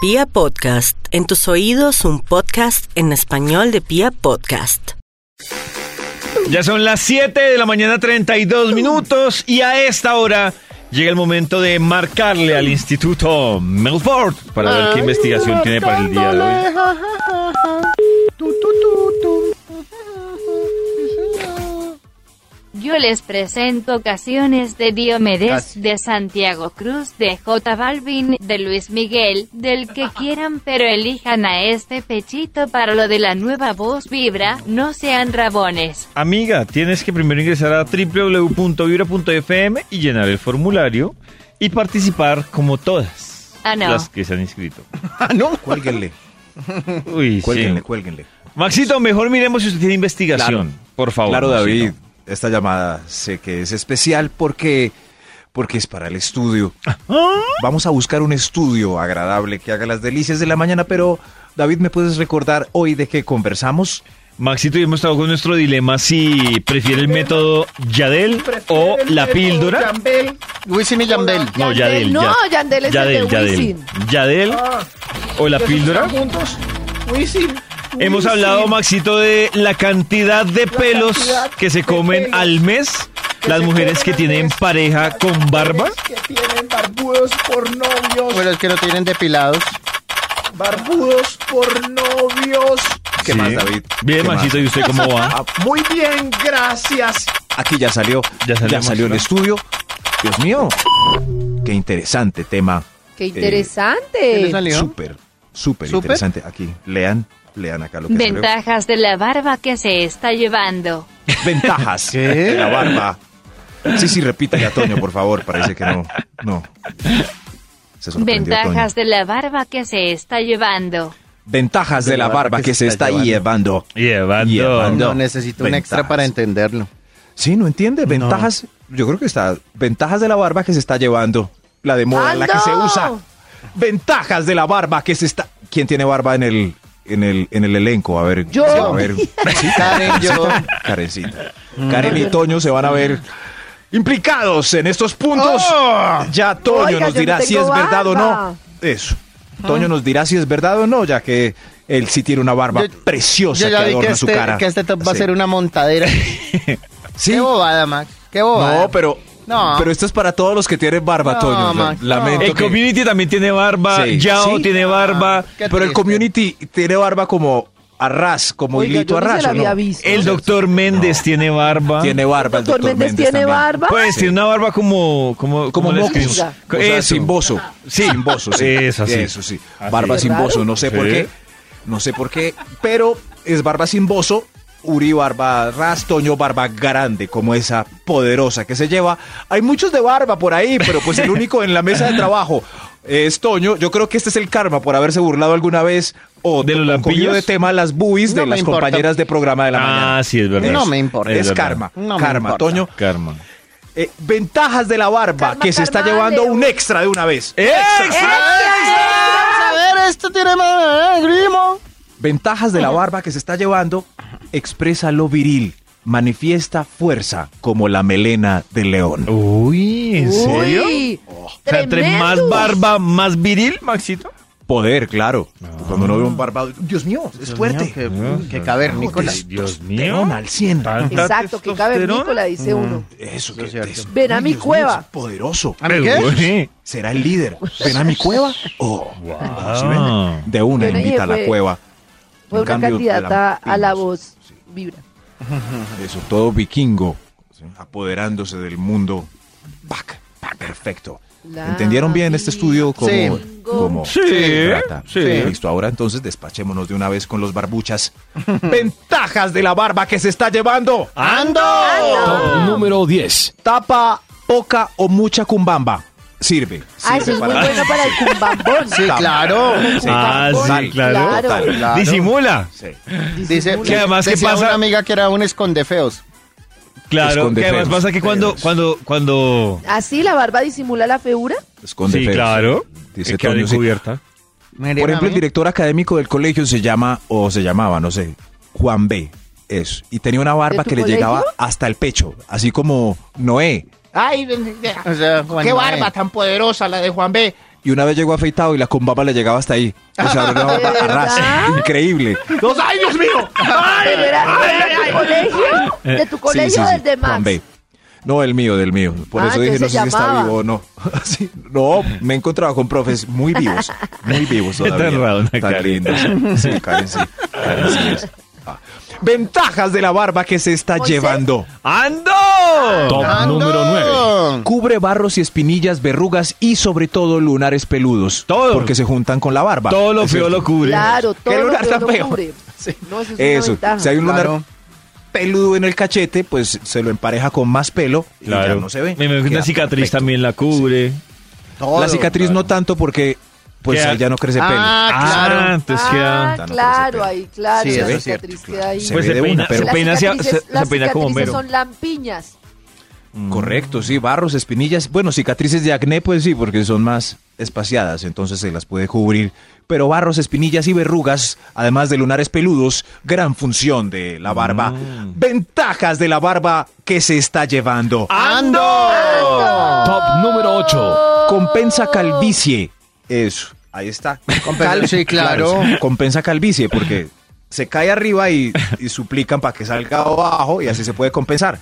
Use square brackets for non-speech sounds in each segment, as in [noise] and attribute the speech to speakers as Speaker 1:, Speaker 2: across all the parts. Speaker 1: Pia Podcast, en tus oídos un podcast en español de Pia Podcast.
Speaker 2: Ya son las 7 de la mañana 32 minutos y a esta hora llega el momento de marcarle al Instituto Melford para ver qué investigación tiene para el día de hoy.
Speaker 3: Yo les presento Ocasiones de Diomedes, de Santiago Cruz, de J Balvin, de Luis Miguel, del que quieran pero elijan a este pechito para lo de la nueva voz vibra, no sean rabones.
Speaker 2: Amiga, tienes que primero ingresar a www.vibra.fm y llenar el formulario y participar como todas
Speaker 3: Ah, no.
Speaker 2: las que se han inscrito.
Speaker 4: Ah, no. Cuélguenle,
Speaker 2: Uy, sí.
Speaker 4: cuélguenle, cuélguenle.
Speaker 2: Maxito, mejor miremos si usted tiene investigación, por favor.
Speaker 4: Claro,
Speaker 2: Maxito.
Speaker 4: David, esta llamada sé que es especial porque, porque es para el estudio. Vamos a buscar un estudio agradable que haga las delicias de la mañana, pero David, ¿me puedes recordar hoy de qué conversamos?
Speaker 2: Maxito, y hemos estado con nuestro dilema si prefiere el método Yadel o la píldora.
Speaker 5: Wisin y Yandel.
Speaker 2: No, Yadel.
Speaker 6: No,
Speaker 2: ya-
Speaker 6: Yandel es el de Wisin.
Speaker 2: Yadel
Speaker 5: Ah,
Speaker 2: o la píldora.
Speaker 5: juntos? Wisin.
Speaker 2: Hemos hablado, Maxito, de la cantidad de pelos
Speaker 5: cantidad
Speaker 2: que se
Speaker 5: de
Speaker 2: comen
Speaker 5: pelos
Speaker 2: al mes
Speaker 5: que
Speaker 2: las
Speaker 5: se
Speaker 2: mujeres
Speaker 5: comen
Speaker 2: que
Speaker 5: al
Speaker 2: tienen
Speaker 5: mes,
Speaker 2: pareja con barba.
Speaker 5: Que tienen barbudos por novios.
Speaker 7: Bueno, es que no tienen depilados.
Speaker 5: Barbudos por novios.
Speaker 4: ¿Qué
Speaker 2: Sí.
Speaker 4: más, David?
Speaker 2: Bien,
Speaker 4: ¿Qué más?
Speaker 2: Maxito, ¿y usted cómo
Speaker 4: [laughs]
Speaker 2: va?
Speaker 5: Ah, Muy bien, gracias.
Speaker 4: Aquí ya salió,
Speaker 2: Ya
Speaker 4: ya
Speaker 2: salió,
Speaker 4: salió, el
Speaker 2: ¿no?
Speaker 4: estudio. Dios mío, qué interesante tema.
Speaker 6: Qué
Speaker 4: Eh,
Speaker 7: ¿Qué
Speaker 5: Eh,
Speaker 7: les
Speaker 6: interesante.
Speaker 7: salió?
Speaker 4: Súper, súper
Speaker 7: ¿Súper?
Speaker 4: interesante. Aquí, lean, lean acá lo que salió.
Speaker 3: Ventajas de la barba que se está llevando.
Speaker 4: ventajas
Speaker 7: ¿Qué?
Speaker 4: de la barba. Sí, sí, repítale a Toño, por favor. Parece que no. No. Se sorprendió,
Speaker 3: Ventajas
Speaker 4: Toño.
Speaker 3: de la barba que se está llevando.
Speaker 4: Ventajas de la barba que se está llevando.
Speaker 2: Llevando.
Speaker 4: Llevando.
Speaker 7: No, necesito un extra
Speaker 4: Ventajas.
Speaker 7: para entenderlo.
Speaker 4: Sí, no entiende. Ventajas. Yo creo que está. Ventajas de la barba que se está llevando. La de moda, la que se
Speaker 6: ¡Ando!
Speaker 4: usa. Ventajas de la barba que se está. ¿Quién tiene barba en el, en el, en el elenco? A ver.
Speaker 6: Yo.
Speaker 4: se va a
Speaker 6: [laughs]
Speaker 4: ver.
Speaker 7: Sí, Karen, yo.
Speaker 4: Karencita. Karen
Speaker 6: Mm.
Speaker 4: y Toño se van a ver implicados en estos puntos.
Speaker 7: Oh.
Speaker 4: Ya Toño
Speaker 6: Oiga,
Speaker 4: nos
Speaker 6: yo
Speaker 4: dirá
Speaker 6: no
Speaker 4: si es
Speaker 6: tengo
Speaker 4: verdad o no.
Speaker 6: barba. Ah.
Speaker 4: Eso. Toño nos dirá si es verdad o no, ya que él sí tiene una barba
Speaker 7: Yo-
Speaker 4: preciosa
Speaker 7: Yo ya
Speaker 4: que
Speaker 7: vi
Speaker 4: adorna
Speaker 7: que
Speaker 4: su
Speaker 7: este,
Speaker 4: cara.
Speaker 7: que este top va a
Speaker 4: Sí.
Speaker 7: ser una montadera.
Speaker 4: Sí.
Speaker 7: Qué bobada, Max. Qué
Speaker 6: Oh,
Speaker 7: bobada.
Speaker 4: No, pero.
Speaker 7: No.
Speaker 4: Pero esto es para todos los que tienen barba,
Speaker 7: No,
Speaker 4: Toño.
Speaker 7: Max, no.
Speaker 4: Lamento.
Speaker 2: El
Speaker 4: que-
Speaker 2: community también tiene barba.
Speaker 4: Sí.
Speaker 2: Yao
Speaker 4: Sí.
Speaker 5: ah.
Speaker 2: tiene barba.
Speaker 7: Qué
Speaker 4: pero el
Speaker 7: triste.
Speaker 4: community tiene barba como arras, como
Speaker 6: Oiga,
Speaker 4: hilito
Speaker 6: yo no se
Speaker 4: arras.
Speaker 6: la
Speaker 4: ¿o no?
Speaker 6: había visto.
Speaker 2: El doctor Méndez tiene barba.
Speaker 4: Tiene barba el
Speaker 6: Doctor Méndez tiene
Speaker 4: también.
Speaker 6: barba.
Speaker 2: Pues tiene una barba como. Como,
Speaker 4: como
Speaker 2: ¿cómo la
Speaker 4: mocus,
Speaker 2: describimos?
Speaker 4: o sea,
Speaker 2: Eso.
Speaker 4: sin bozo,
Speaker 2: Sí.
Speaker 4: sin
Speaker 2: [laughs]
Speaker 4: bozo, sí.
Speaker 2: Eso, sí.
Speaker 4: Eso sí.
Speaker 2: Así.
Speaker 4: Barba
Speaker 6: Qué
Speaker 4: sin
Speaker 6: raro.
Speaker 4: bozo, no sé por
Speaker 2: Sí.
Speaker 4: qué, no sé por qué, pero es barba sin bozo. Uri barba rastoño, barba grande, como esa poderosa que se lleva. Hay muchos de barba por ahí, pero pues el único en la mesa de trabajo es Toño. Yo creo que este es el karma por haberse burlado alguna vez o
Speaker 2: ¿De los
Speaker 4: o cogido
Speaker 2: lampiños?
Speaker 4: de tema las buis de
Speaker 7: No me
Speaker 4: las
Speaker 7: importa.
Speaker 4: compañeras de programa de la mañana.
Speaker 2: Ah, sí, es verdad.
Speaker 7: No me importa.
Speaker 4: Es,
Speaker 2: verdad.
Speaker 4: karma,
Speaker 7: No me
Speaker 4: karma,
Speaker 7: importa.
Speaker 4: Toño.
Speaker 2: Karma.
Speaker 4: Eh, ventajas de la barba
Speaker 6: Karma,
Speaker 4: que se está
Speaker 6: karma,
Speaker 4: llevando
Speaker 6: Leo.
Speaker 4: un extra de una vez.
Speaker 7: A ver, esto tiene más eh, grimo.
Speaker 4: Ventajas de la barba que se está llevando. Expresa lo viril. Manifiesta fuerza como la melena de león.
Speaker 2: Uy, ¿en serio?
Speaker 6: Uy,
Speaker 2: O sea, entre más
Speaker 6: tremendo.
Speaker 2: barba, más viril, Maxito.
Speaker 4: Poder, claro. Cuando uno ve un barbado, Dios mío, es fuerte.
Speaker 7: Qué, qué cavernícola.
Speaker 2: Ay, Dios mío.
Speaker 4: León al 100.
Speaker 2: Tanta
Speaker 6: Exacto, que
Speaker 2: testosterona.
Speaker 6: cavernícola, dice uno.
Speaker 4: Eso,
Speaker 7: es
Speaker 4: que
Speaker 7: cierto.
Speaker 4: es-
Speaker 6: Ven a mi
Speaker 4: Dios mío,
Speaker 6: cueva.
Speaker 4: es poderoso.
Speaker 7: ¿A mí qué?
Speaker 2: Uy,
Speaker 4: Será el líder. Ven a mi cueva. Oh, ¿sí
Speaker 2: Ah.
Speaker 4: ven? De una
Speaker 6: Bueno, y
Speaker 4: invita a la
Speaker 6: fue-
Speaker 4: cueva.
Speaker 6: Fue
Speaker 4: En
Speaker 6: una
Speaker 4: cambio,
Speaker 6: candidata a la
Speaker 4: lampiños.
Speaker 6: voz vibra.
Speaker 4: Eso, todo vikingo, ¿sí? apoderándose del mundo. Pac, pac, perfecto.
Speaker 6: La
Speaker 4: ¿Entendieron bien este estudio? Como,
Speaker 7: Sí.
Speaker 4: como
Speaker 2: Sí,
Speaker 4: se trata?
Speaker 2: sí.
Speaker 4: Listo, ahora entonces despachémonos de una vez con los
Speaker 2: [laughs]
Speaker 4: barbuchas. ¡Ventajas de la barba que se está llevando!
Speaker 8: Número 10.
Speaker 4: Tapa poca o mucha cumbamba. Sirve. sirve
Speaker 6: Ah, eso es muy
Speaker 4: para-
Speaker 6: bueno para el cumbambón.
Speaker 7: Sí, claro.
Speaker 4: Sí,
Speaker 2: Ah,
Speaker 4: total,
Speaker 2: sí, claro.
Speaker 4: total.
Speaker 7: Claro.
Speaker 2: Disimula.
Speaker 4: Sí.
Speaker 7: Dice,
Speaker 2: Que además, ¿qué
Speaker 7: decía
Speaker 2: pasa?
Speaker 7: una amiga que era un escondefeos.
Speaker 2: Claro.
Speaker 4: Esconde
Speaker 2: Que además
Speaker 4: feos.
Speaker 2: pasa que cuando,
Speaker 4: Feos.
Speaker 2: cuando, cuando.
Speaker 6: ¿Así la barba disimula la feura?
Speaker 4: Esconde
Speaker 2: sí,
Speaker 4: feos.
Speaker 2: claro.
Speaker 4: Dice
Speaker 2: que queda
Speaker 4: Toño, sí.
Speaker 2: descubierta.
Speaker 4: Por ejemplo, el director académico del colegio se llama, o se llamaba, no sé, Juan B. Eso. Y tenía una barba
Speaker 6: tu
Speaker 4: que le
Speaker 6: colegio?
Speaker 4: llegaba hasta el pecho, así como Noé.
Speaker 5: Ay,
Speaker 7: O sea, Juan
Speaker 5: qué
Speaker 7: Noé.
Speaker 5: barba tan poderosa la de Juan B.
Speaker 4: y una vez llegó afeitado y la combaba le llegaba hasta ahí. O sea,
Speaker 6: [laughs]
Speaker 4: era una
Speaker 6: ¿De
Speaker 4: barba ras,
Speaker 6: verdad?
Speaker 4: increíble.
Speaker 5: Dos años, mío. ¡Ay!
Speaker 6: Pero era
Speaker 5: ay,
Speaker 6: era
Speaker 5: ay,
Speaker 6: de tu colegio, de tu colegio
Speaker 4: Sí, sí,
Speaker 6: o
Speaker 4: sí,
Speaker 6: del de
Speaker 4: plan
Speaker 6: Max.
Speaker 4: B. No, el mío, del mío. Por
Speaker 6: Ah,
Speaker 4: eso dije, no
Speaker 6: entonces
Speaker 4: sé si está
Speaker 6: llamaba.
Speaker 4: vivo o no. [laughs] Sí, no, me he encontrado con profes muy vivos, muy vivos
Speaker 2: Qué
Speaker 4: todavía.
Speaker 2: aterradona,
Speaker 4: Tan
Speaker 2: Karen.
Speaker 4: lindos. Sí, Karen, sí. Karen, sí es. Ah. Ventajas de la barba que se está
Speaker 6: Moisés.
Speaker 4: llevando.
Speaker 2: ¡Ando!
Speaker 8: Top número 9.
Speaker 4: Cubre barros y espinillas, verrugas y sobre todo lunares peludos.
Speaker 2: Todo.
Speaker 4: Porque se juntan con la barba.
Speaker 2: Todo lo
Speaker 4: Es
Speaker 2: feo
Speaker 4: cierto.
Speaker 2: lo cubre.
Speaker 6: Claro, todo lo
Speaker 4: lunar
Speaker 6: que
Speaker 4: tan
Speaker 6: uno
Speaker 4: feo.
Speaker 6: cubre. No, eso es una
Speaker 4: Eso.
Speaker 6: ventaja.
Speaker 4: Si hay un lunar
Speaker 7: Claro.
Speaker 4: peludo en el cachete, pues se lo empareja con más pelo y ya no se ve.
Speaker 2: Me imagino que
Speaker 4: Queda
Speaker 2: una cicatriz
Speaker 4: perfecto.
Speaker 2: también la cubre.
Speaker 7: Todo,
Speaker 4: la cicatriz no tanto porque pues
Speaker 2: Queda-
Speaker 4: ahí ya no crece
Speaker 7: Ah, claro.
Speaker 2: Ah, entonces queda.
Speaker 6: Ah, claro, ahí, claro.
Speaker 7: Sí,
Speaker 6: la
Speaker 7: eso
Speaker 6: cicatriz
Speaker 7: es
Speaker 4: cierto,
Speaker 6: queda
Speaker 4: claro.
Speaker 6: ahí.
Speaker 4: Se
Speaker 2: Pues
Speaker 4: ve
Speaker 2: se
Speaker 4: de una,
Speaker 2: peina,
Speaker 4: pero-
Speaker 2: se
Speaker 6: Las
Speaker 2: peina, se,
Speaker 6: cicatrices-
Speaker 2: se-
Speaker 6: las
Speaker 2: se peina como
Speaker 6: cicatrices
Speaker 2: mero.
Speaker 6: son lampiñas.
Speaker 7: Mm.
Speaker 4: pelo. Correcto, sí, barros, espinillas, bueno, cicatrices de acné pues sí, porque son más espaciadas, entonces se las puede cubrir. Pero barros, espinillas y verrugas, además de lunares peludos, gran función de la barba.
Speaker 7: Mm.
Speaker 4: Ventajas de la barba que se está llevando.
Speaker 2: ¡Ando!
Speaker 8: Top número 8.
Speaker 4: Compensa calvicie. Eso, ahí está.
Speaker 7: Compensa- sí, claro.
Speaker 4: sí, Compensa calvicie porque se cae arriba y, y suplican para que salga abajo y así se puede compensar.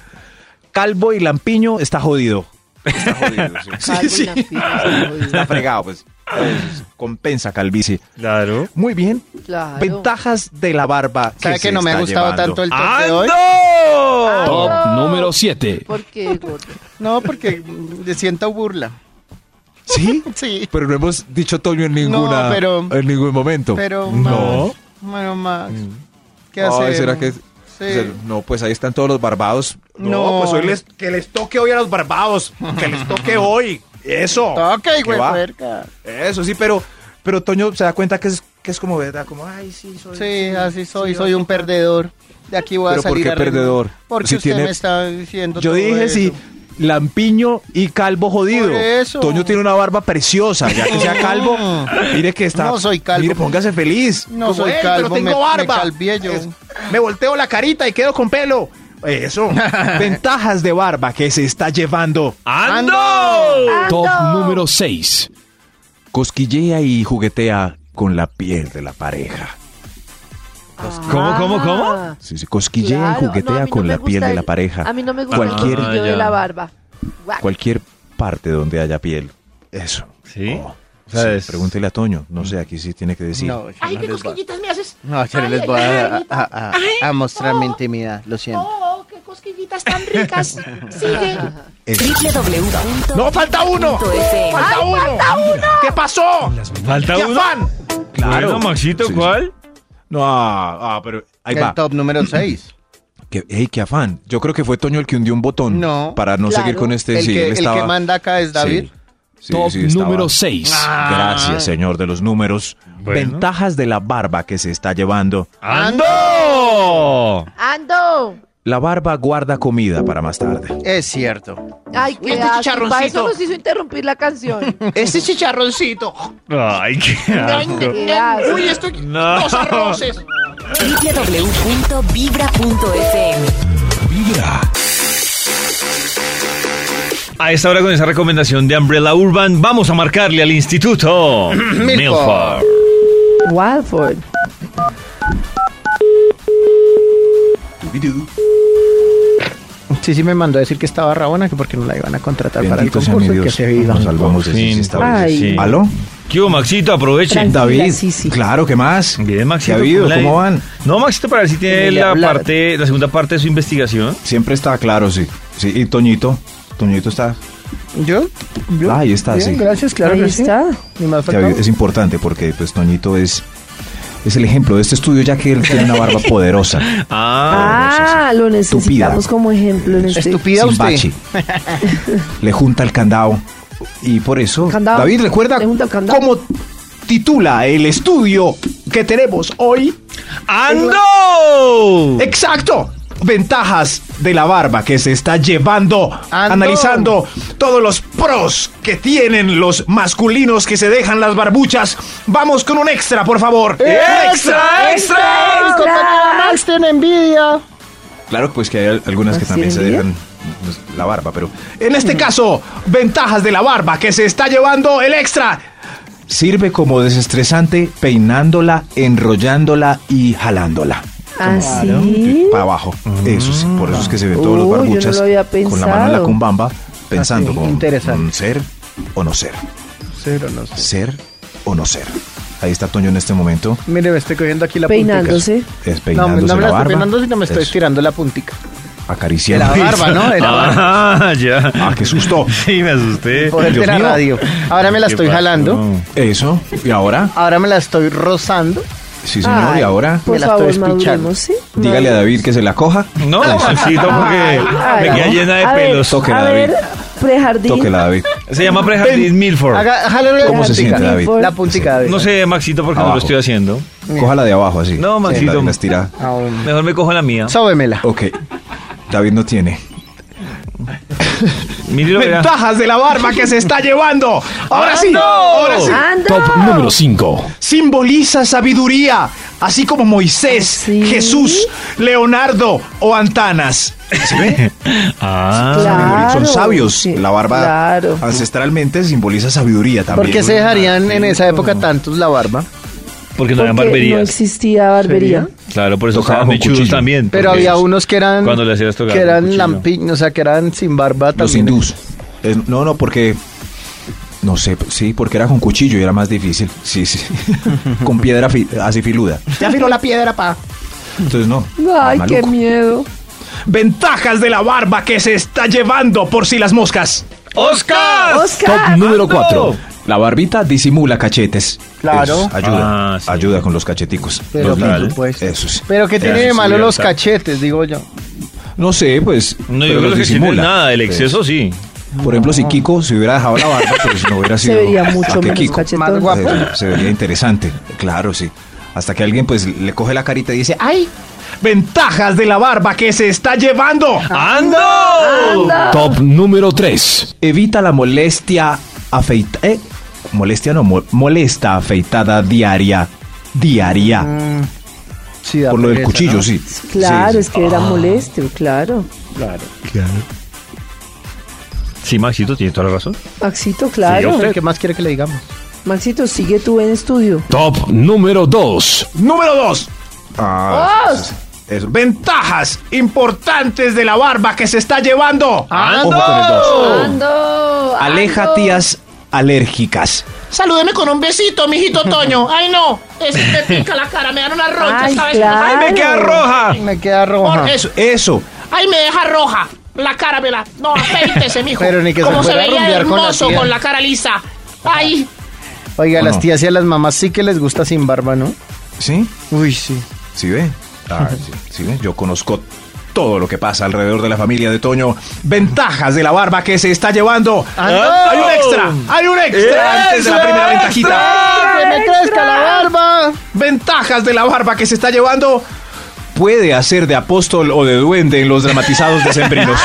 Speaker 4: Calvo y lampiño está jodido. Está jodido, sí.
Speaker 2: [laughs]
Speaker 6: Calvo y lampiñas,
Speaker 7: [laughs]
Speaker 6: está jodido.
Speaker 4: Está fregado, pues. Es- Compensa calvicie.
Speaker 2: Claro.
Speaker 4: Muy bien.
Speaker 6: Claro.
Speaker 4: Ventajas de la barba.
Speaker 7: ¿Sabe que
Speaker 4: se
Speaker 7: no me ha
Speaker 4: está
Speaker 7: gustado
Speaker 4: llevando?
Speaker 7: tanto el top de hoy?
Speaker 2: ¡Ando!
Speaker 8: Top número 7.
Speaker 6: Porque,
Speaker 4: [laughs]
Speaker 6: gordo.
Speaker 7: No, porque mm, le siento burla.
Speaker 4: Sí,
Speaker 7: Sí.
Speaker 4: pero no hemos dicho Toño en ninguna.
Speaker 7: No, pero-
Speaker 4: en ningún momento.
Speaker 7: Pero
Speaker 4: no.
Speaker 7: Max, bueno, Max, ¿qué
Speaker 4: Mm. Ay,
Speaker 7: hacer?
Speaker 4: ¿será que-
Speaker 7: Sí.
Speaker 4: No, pues ahí están todos los barbados.
Speaker 7: No.
Speaker 4: que les toque hoy a los barbados. Que les
Speaker 7: [laughs]
Speaker 4: toque hoy. Eso.
Speaker 7: Toca,
Speaker 4: ¿Qué
Speaker 7: hijo de
Speaker 4: va?
Speaker 7: puerca.
Speaker 4: Eso sí, pero, pero Toño se da cuenta que es, que es como, ¿verdad? Como, ay, sí, soy.
Speaker 7: Sí, así soy,
Speaker 4: sí,
Speaker 7: soy un perdedor. De aquí voy a
Speaker 4: ¿Pero por
Speaker 7: salir
Speaker 4: qué
Speaker 7: arruinado.
Speaker 4: perdedor?
Speaker 7: Porque
Speaker 4: Si
Speaker 7: usted
Speaker 4: tiene-
Speaker 7: me está diciendo
Speaker 4: Yo
Speaker 7: todo
Speaker 4: dije
Speaker 7: eso.
Speaker 4: sí, lampiño y calvo jodido.
Speaker 7: Por eso.
Speaker 4: Toño tiene una barba preciosa, ya que
Speaker 7: [laughs]
Speaker 4: sea calvo. Mire que está.
Speaker 7: No soy calvo.
Speaker 4: Mire, póngase feliz.
Speaker 7: No
Speaker 4: Como,
Speaker 7: soy
Speaker 4: "Ey,
Speaker 7: calvo,
Speaker 4: pero tengo
Speaker 7: me- me
Speaker 4: barba.
Speaker 7: calvié yo".
Speaker 4: Es- me volteo la carita y quedo con pelo.
Speaker 7: [laughs]
Speaker 4: Eso. Ventajas de barba que se está llevando.
Speaker 2: ¡Ando!
Speaker 4: Ah,
Speaker 8: Top número 6.
Speaker 4: Cosquillea y juguetea con la piel de la pareja.
Speaker 2: ¿Cómo, cómo, cómo?
Speaker 6: Ah,
Speaker 4: Sí, sí, cosquillea
Speaker 6: claro.
Speaker 4: y juguetea
Speaker 6: No, a mí no
Speaker 4: con
Speaker 6: me
Speaker 4: la
Speaker 6: gusta
Speaker 4: piel de
Speaker 6: el-
Speaker 4: la pareja.
Speaker 6: A mí no me gusta
Speaker 4: Cualquier-
Speaker 6: el brillo
Speaker 2: Ah, ya.
Speaker 6: de la barba.
Speaker 2: Ah.
Speaker 6: Guau.
Speaker 4: cualquier parte donde haya piel. Eso.
Speaker 2: Sí.
Speaker 4: Oh,
Speaker 2: O sea,
Speaker 4: sí,
Speaker 2: es- Mm.
Speaker 4: Pregúntele a Toño. No sé, aquí sí tiene que decir.
Speaker 7: No, yo
Speaker 5: Ay,
Speaker 7: no
Speaker 5: qué
Speaker 7: les voy,
Speaker 5: cosquillitas me haces.
Speaker 7: no, yo no
Speaker 5: Ay,
Speaker 7: les
Speaker 5: ay,
Speaker 7: voy a,
Speaker 5: ay,
Speaker 7: a- a- a-
Speaker 5: ay,
Speaker 7: a mostrar mi
Speaker 5: oh.
Speaker 7: intimidad, lo siento.
Speaker 5: Oh, qué cosquillitas tan
Speaker 7: [laughs]
Speaker 5: ricas. Sigue.
Speaker 4: Es-
Speaker 1: www.
Speaker 5: No, falta uno.
Speaker 1: FM.
Speaker 5: Falta uno. ¿Qué pasó?
Speaker 2: ¿Falta
Speaker 5: ¿Qué
Speaker 2: uno?
Speaker 5: afán?
Speaker 2: Claro.
Speaker 4: Claro.
Speaker 2: Maxito,
Speaker 4: Sí, sí.
Speaker 2: ¿cuál?
Speaker 4: No, ah, ah, pero ahí
Speaker 7: El
Speaker 4: va.
Speaker 7: top número 6.
Speaker 4: Que, ey, qué afán. Yo creo que fue Toño el que hundió un botón.
Speaker 7: No.
Speaker 4: Para no
Speaker 6: Claro.
Speaker 4: seguir con este.
Speaker 7: el,
Speaker 4: sí,
Speaker 7: que,
Speaker 4: él
Speaker 7: el que
Speaker 4: estaba-
Speaker 7: manda acá es David. Ah.
Speaker 4: Sí. Sí,
Speaker 8: Top
Speaker 4: sí, estaba-
Speaker 8: número 6.
Speaker 4: Gracias, señor de los números.
Speaker 2: Bueno.
Speaker 4: Ventajas de la barba que se está llevando.
Speaker 2: ¡Ando!
Speaker 6: ¡Ando!
Speaker 4: La barba guarda comida para más tarde.
Speaker 7: Es cierto.
Speaker 6: Ay, qué
Speaker 5: Este
Speaker 6: asco.
Speaker 5: chicharroncito.
Speaker 6: Para eso nos hizo interrumpir la
Speaker 4: [laughs]
Speaker 6: canción.
Speaker 5: Este chicharroncito.
Speaker 2: Ay, qué asco.
Speaker 6: Qué asco.
Speaker 5: Uy, esto.
Speaker 2: No.
Speaker 5: Dos arroces.
Speaker 1: www.vibra.fm.
Speaker 2: A esta hora con esa recomendación de Umbrella Urban, vamos a marcarle al
Speaker 6: [clears throat]
Speaker 2: instituto Milford.
Speaker 6: Walford.
Speaker 7: Sí, sí me mandó a decir que estaba Rabona, que porque no la iban a contratar para el
Speaker 4: Bendito sea mi
Speaker 7: concurso y que
Speaker 4: Dios.
Speaker 7: se iba.
Speaker 4: Nos salvamos de
Speaker 2: Fin,
Speaker 4: sí, esta vez.
Speaker 2: pues, sí.
Speaker 4: ¿Aló?
Speaker 2: ¿Qué hubo, Maxito? Aproveche.
Speaker 4: David. Claro, ¿qué más?
Speaker 2: Bien,
Speaker 4: ¿Qué
Speaker 2: Maxito.
Speaker 4: ha habido?
Speaker 2: la-
Speaker 4: ¿Cómo van?
Speaker 2: No, Maxito, para ver si tiene
Speaker 7: Ni le
Speaker 2: la,
Speaker 7: hablar.
Speaker 2: parte, la segunda parte de su investigación.
Speaker 4: Siempre está claro, sí. Sí, y Toñito. Toñito está.
Speaker 7: Yo, yo-
Speaker 4: Ah, ahí está,
Speaker 7: bien,
Speaker 4: sí. Ah,
Speaker 7: gracias, claro
Speaker 6: Ahí
Speaker 7: que sí.
Speaker 6: está.
Speaker 7: Ni más
Speaker 4: Ya,
Speaker 7: faltaba.
Speaker 4: es importante porque pues Toñito es, es el ejemplo de este estudio ya que él tiene una
Speaker 6: [laughs]
Speaker 4: barba poderosa.
Speaker 2: Ah,
Speaker 6: Ah, lo necesitamos
Speaker 4: Tupida.
Speaker 6: como ejemplo en este.
Speaker 7: Estúpida
Speaker 4: sin
Speaker 6: [laughs]
Speaker 7: usted.
Speaker 4: bache. Le junta el candado. Y por eso,
Speaker 6: Candado.
Speaker 4: David, recuerda
Speaker 6: Le junta el candado.
Speaker 4: cómo titula el estudio que tenemos hoy.
Speaker 2: ¡Ando!
Speaker 4: Exacto. Ventajas de la barba que se está llevando,
Speaker 7: Ando.
Speaker 4: analizando todos los pros que tienen los masculinos que se dejan las barbuchas. Vamos con un extra, por favor.
Speaker 2: ¡Extra, extra!
Speaker 7: El compañero Max tiene envidia.
Speaker 4: Claro, pues que hay al- algunas que
Speaker 6: ¿Así
Speaker 4: también se
Speaker 6: envidia?
Speaker 4: dejan pues, la barba, pero en este caso, ventajas de la barba que se está llevando el extra. Sirve como desestresante peinándola, enrollándola y jalándola.
Speaker 6: Ah, Así.
Speaker 4: Para abajo. Eso sí, por eso es que se ven todos los
Speaker 6: Uy, yo no lo
Speaker 4: barbuchas
Speaker 6: había
Speaker 4: con la mano en la
Speaker 6: pensado.
Speaker 4: cumbamba pensando
Speaker 7: Ah, sí,
Speaker 4: con
Speaker 7: interesante.
Speaker 4: mm, ser o no ser.
Speaker 7: Cero, no sé.
Speaker 4: Ser o no ser. Ahí está Toño en este momento.
Speaker 7: Mire, me estoy cogiendo aquí la
Speaker 6: Peinándose.
Speaker 4: Es
Speaker 7: puntica. No,
Speaker 4: peinándose
Speaker 7: no me la
Speaker 4: la
Speaker 7: estoy
Speaker 4: barba.
Speaker 7: peinando, sino me estoy
Speaker 4: eso,
Speaker 7: estirando la puntica. De
Speaker 4: Acariciando.
Speaker 7: la barba, ¿no? De la barba.
Speaker 2: Ah, [laughs] ya.
Speaker 4: [laughs] Ah, qué susto.
Speaker 2: Sí, me asusté.
Speaker 7: Por el de
Speaker 4: Dios
Speaker 7: la
Speaker 4: mío.
Speaker 7: radio. Ahora me la
Speaker 2: ¿Qué
Speaker 7: estoy
Speaker 2: pasó?
Speaker 7: jalando.
Speaker 4: Eso. ¿Y ahora?
Speaker 7: Ahora me la estoy rozando.
Speaker 4: Sí, señor.
Speaker 6: Ay,
Speaker 4: ¿Y ahora?
Speaker 6: Por
Speaker 7: Me la
Speaker 6: favor,
Speaker 7: estoy espichando.
Speaker 6: maduremos, ¿sí?
Speaker 4: Dígale a David que se la coja.
Speaker 2: No, Maxito, porque
Speaker 6: Ay,
Speaker 2: me queda
Speaker 6: ¿no?
Speaker 2: llena de
Speaker 6: A ver,
Speaker 2: pelos.
Speaker 4: Toque,
Speaker 6: a
Speaker 4: David.
Speaker 6: ver, prejardín.
Speaker 4: Tóquela, David.
Speaker 2: Se llama Prejardín Milford.
Speaker 7: Haga, jálale la
Speaker 4: ¿Cómo se
Speaker 7: puntica.
Speaker 4: siente, David?
Speaker 7: La puntica, David.
Speaker 2: No sé, Maxito, porque no lo
Speaker 4: Abajo.
Speaker 2: estoy haciendo.
Speaker 4: Cójala de abajo así.
Speaker 2: No, Maxito.
Speaker 4: La, la estira.
Speaker 7: Ah, bueno.
Speaker 2: Mejor me cojo la mía.
Speaker 7: Sóbemela.
Speaker 4: Ok. David no tiene.
Speaker 2: Mire lo que era.
Speaker 5: Ventajas de la barba que se está llevando. Ahora sí,
Speaker 2: ¡Ando!
Speaker 5: ahora sí.
Speaker 6: ¡Anda!
Speaker 8: Top número 5.
Speaker 5: Simboliza sabiduría, así como Moisés,
Speaker 6: ¿Ah, Sí.
Speaker 5: Jesús, Leonardo o Antanas.
Speaker 4: ¿Se ve?
Speaker 2: Ah,
Speaker 6: Claro,
Speaker 4: Son sabios.
Speaker 6: sí,
Speaker 4: La barba
Speaker 6: Claro.
Speaker 4: ancestralmente simboliza sabiduría también.
Speaker 7: ¿Por qué se dejarían en esa época tantos la barba?
Speaker 2: porque no
Speaker 6: Porque
Speaker 2: eran
Speaker 6: no
Speaker 2: barberías.
Speaker 6: existía barbería.
Speaker 2: Claro, por eso
Speaker 4: Tocaba
Speaker 2: estaban
Speaker 4: con
Speaker 2: mechudos
Speaker 4: cuchillo.
Speaker 2: también.
Speaker 7: Pero
Speaker 2: porque
Speaker 7: había
Speaker 2: es-
Speaker 7: unos que eran
Speaker 2: Cuando le hacías tocar
Speaker 7: que
Speaker 2: con
Speaker 7: eran
Speaker 2: cuchillo.
Speaker 7: lampiños, o sea, que eran sin barba
Speaker 4: Los
Speaker 7: también.
Speaker 4: hindús. Es- no, no, porque. No sé, sí, porque era con cuchillo y era más difícil. Sí, sí. [laughs] con piedra fi- así filuda.
Speaker 5: Te afiló la piedra, pa.
Speaker 4: Entonces no.
Speaker 6: Ay,
Speaker 4: maluco.
Speaker 6: qué miedo.
Speaker 5: Ventajas de la barba que se está llevando por si las moscas.
Speaker 2: ¡Oscar!
Speaker 6: Oscar.
Speaker 4: Número
Speaker 2: ¡Ando!
Speaker 4: 4. La barbita disimula cachetes.
Speaker 7: Claro.
Speaker 4: Eso, ayuda.
Speaker 2: Ah, sí.
Speaker 4: Ayuda con los cacheticos.
Speaker 7: Pero
Speaker 4: Los
Speaker 7: por
Speaker 4: lindos.
Speaker 7: supuesto.
Speaker 4: Eso sí.
Speaker 7: Pero que tiene
Speaker 2: Claro,
Speaker 7: de
Speaker 2: sí,
Speaker 7: malo los
Speaker 2: verdad.
Speaker 7: cachetes, digo yo.
Speaker 4: No sé, pues.
Speaker 2: No,
Speaker 4: pero
Speaker 2: yo creo
Speaker 4: los
Speaker 2: que sí, no es
Speaker 4: disimula.
Speaker 2: nada, el
Speaker 4: Pues,
Speaker 2: exceso sí.
Speaker 4: Por ejemplo, si Kiko se hubiera dejado la barba, pues no hubiera
Speaker 6: Se
Speaker 4: sido.
Speaker 6: vería
Speaker 4: ¿a
Speaker 6: mucho
Speaker 4: Ah, qué
Speaker 6: menos
Speaker 4: Kiko?
Speaker 7: Más
Speaker 6: cachetón.
Speaker 7: guapo.
Speaker 4: Se, se vería interesante. Claro, sí. Hasta que alguien pues le coge la carita y dice, ¡ay!
Speaker 5: Ventajas de la barba que se está llevando.
Speaker 2: ¡Ando!
Speaker 8: Top número 3.
Speaker 4: Evita la molestia afeitada. Eh, molestia no, mo- molesta afeitada diaria. Diaria.
Speaker 7: Sí, da
Speaker 4: por lo del
Speaker 7: pereza,
Speaker 4: cuchillo,
Speaker 7: ¿no?
Speaker 4: sí.
Speaker 6: Claro,
Speaker 4: Sí,
Speaker 6: es que
Speaker 7: Ah.
Speaker 6: era molesto, claro.
Speaker 2: Sí, Maxito, tiene toda la razón.
Speaker 6: Maxito,
Speaker 7: Claro,
Speaker 6: claro.
Speaker 7: hombre, ¿qué más quiere que le digamos?
Speaker 6: Maxito, sigue tú en estudio.
Speaker 8: Top número 2.
Speaker 5: Número 2.
Speaker 4: Ah,
Speaker 6: ¡Oh!
Speaker 4: eso, eso.
Speaker 5: Ventajas importantes de la barba que se está llevando.
Speaker 4: Ah, Ojo con el dos.
Speaker 6: ¡Ando!
Speaker 4: Aleja tías alérgicas.
Speaker 5: Salúdeme con un besito, mijito Toño. Ay, no. Es que me pica la cara, me dan una roncha.
Speaker 6: Ay,
Speaker 5: ¿sabes?
Speaker 6: claro.
Speaker 5: Ay, me queda roja.
Speaker 7: Me queda roja.
Speaker 5: Por eso.
Speaker 4: Eso.
Speaker 5: Ay, me deja roja. La cara, vela. No, afeítese, mijo.
Speaker 7: Pero ni que se
Speaker 5: Como se,
Speaker 7: fuera a
Speaker 5: veía
Speaker 7: rumbear con la
Speaker 5: hermoso con
Speaker 7: tía.
Speaker 5: la, cara lisa. Ay,
Speaker 7: Oiga, a las
Speaker 4: no?
Speaker 7: tías y a las mamás sí que les gusta sin barba, ¿no?
Speaker 4: ¿Sí?
Speaker 7: Uy, sí.
Speaker 4: ¿Sí ve? Ah, sí, sí ve. Yo conozco todo lo que pasa alrededor de la familia de Toño. Ventajas de la barba que se está llevando.
Speaker 7: ¡Ah,
Speaker 5: hay un extra. Hay un extra antes de la primera ventajita.
Speaker 7: ¡Que me crezca la barba!
Speaker 5: Ventajas de la barba que se está llevando.
Speaker 4: Puede hacer de apóstol o de duende en los dramatizados
Speaker 7: [laughs]
Speaker 4: decembrinos.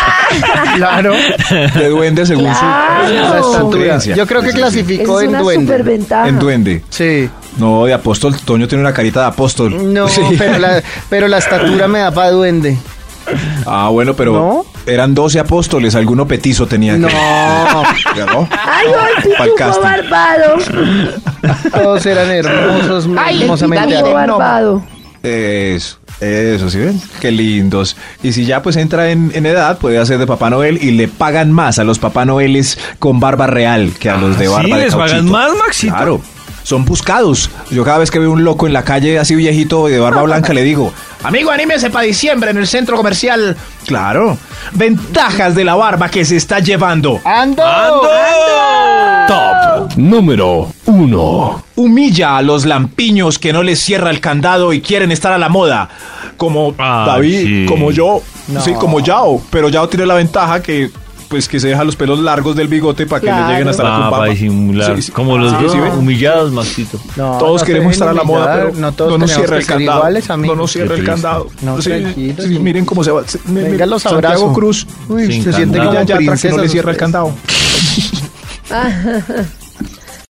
Speaker 7: Claro.
Speaker 4: De duende según su-
Speaker 7: La
Speaker 4: su,
Speaker 7: estatura.
Speaker 4: creencia.
Speaker 7: Yo creo que
Speaker 4: Sí, sí, sí.
Speaker 6: Esa
Speaker 7: clasificó
Speaker 6: es
Speaker 7: en
Speaker 6: una
Speaker 7: duende.
Speaker 6: superventaja.
Speaker 4: En duende.
Speaker 7: Sí.
Speaker 4: No, de apóstol. Toño tiene una carita de apóstol. [laughs]
Speaker 7: No,
Speaker 4: Sí.
Speaker 7: pero, la, pero la estatura me da para duende.
Speaker 4: Ah, bueno, pero
Speaker 7: ¿No?
Speaker 4: eran 12 apóstoles. Alguno petizo tenía. [laughs]
Speaker 7: No,
Speaker 4: que- ¿No?
Speaker 6: ¡Ay, hoy
Speaker 4: Pa'l
Speaker 6: pitufo
Speaker 4: casting.
Speaker 6: barbado!
Speaker 7: todos eran hermosos,
Speaker 5: Ay,
Speaker 7: hermosamente.
Speaker 6: Pitufo
Speaker 7: hermosos.
Speaker 6: barbado.
Speaker 4: Eso, eso, ¿sí ven? Qué lindos. Y si ya pues entra en, en edad, puede hacer de Papá Noel y le pagan más a los Papá Noeles con barba real que a los de
Speaker 2: Ah, ¿sí?
Speaker 4: barba de
Speaker 2: ¿Les pagan
Speaker 4: cauchito.
Speaker 2: más, Maxito?
Speaker 4: Claro. Son buscados. Yo cada vez que veo un loco en la calle así viejito de barba blanca le digo,
Speaker 5: Amigo, anímese para diciembre en el centro comercial.
Speaker 4: claro,
Speaker 5: Ventajas de la barba que se está llevando.
Speaker 7: ¡Ando!
Speaker 8: Top número 1.
Speaker 4: humilla a los lampiños que no les cierra el candado y quieren estar a la moda. Como
Speaker 2: Ah,
Speaker 4: David,
Speaker 2: sí.
Speaker 4: como yo,
Speaker 7: No.
Speaker 4: sí, como Yao. Pero Yao tiene la ventaja que pues que se deja los pelos largos del bigote para que
Speaker 6: Claro.
Speaker 4: le lleguen hasta la
Speaker 2: Ah,
Speaker 4: cumbamba.
Speaker 2: para disimular.
Speaker 4: Sí, sí.
Speaker 2: Como los
Speaker 4: Sí, sí, ven.
Speaker 2: humillados, Maxito.
Speaker 7: No,
Speaker 4: todos
Speaker 7: no
Speaker 4: queremos
Speaker 7: se
Speaker 4: estar a la
Speaker 7: dejen
Speaker 4: moda,
Speaker 7: humillar,
Speaker 4: pero no,
Speaker 7: no todos
Speaker 4: nos
Speaker 7: tenemos
Speaker 4: cierra
Speaker 7: que
Speaker 4: el
Speaker 7: ser
Speaker 4: candado.
Speaker 7: iguales, amigo.
Speaker 4: no nos cierra
Speaker 2: Qué
Speaker 4: el
Speaker 2: triste.
Speaker 4: candado.
Speaker 7: No,
Speaker 4: Sí,
Speaker 7: tranquilos,
Speaker 4: sí,
Speaker 7: sí.
Speaker 4: miren cómo se va. se-
Speaker 7: Venga,
Speaker 4: miren,
Speaker 7: los
Speaker 4: Santiago
Speaker 7: abrazo.
Speaker 4: Cruz.
Speaker 7: Uy,
Speaker 2: Sin
Speaker 7: se siente
Speaker 2: candado.
Speaker 7: como
Speaker 4: Como
Speaker 2: Como
Speaker 4: ya, que no
Speaker 7: princesas
Speaker 4: le cierra el
Speaker 7: ustedes.
Speaker 4: candado.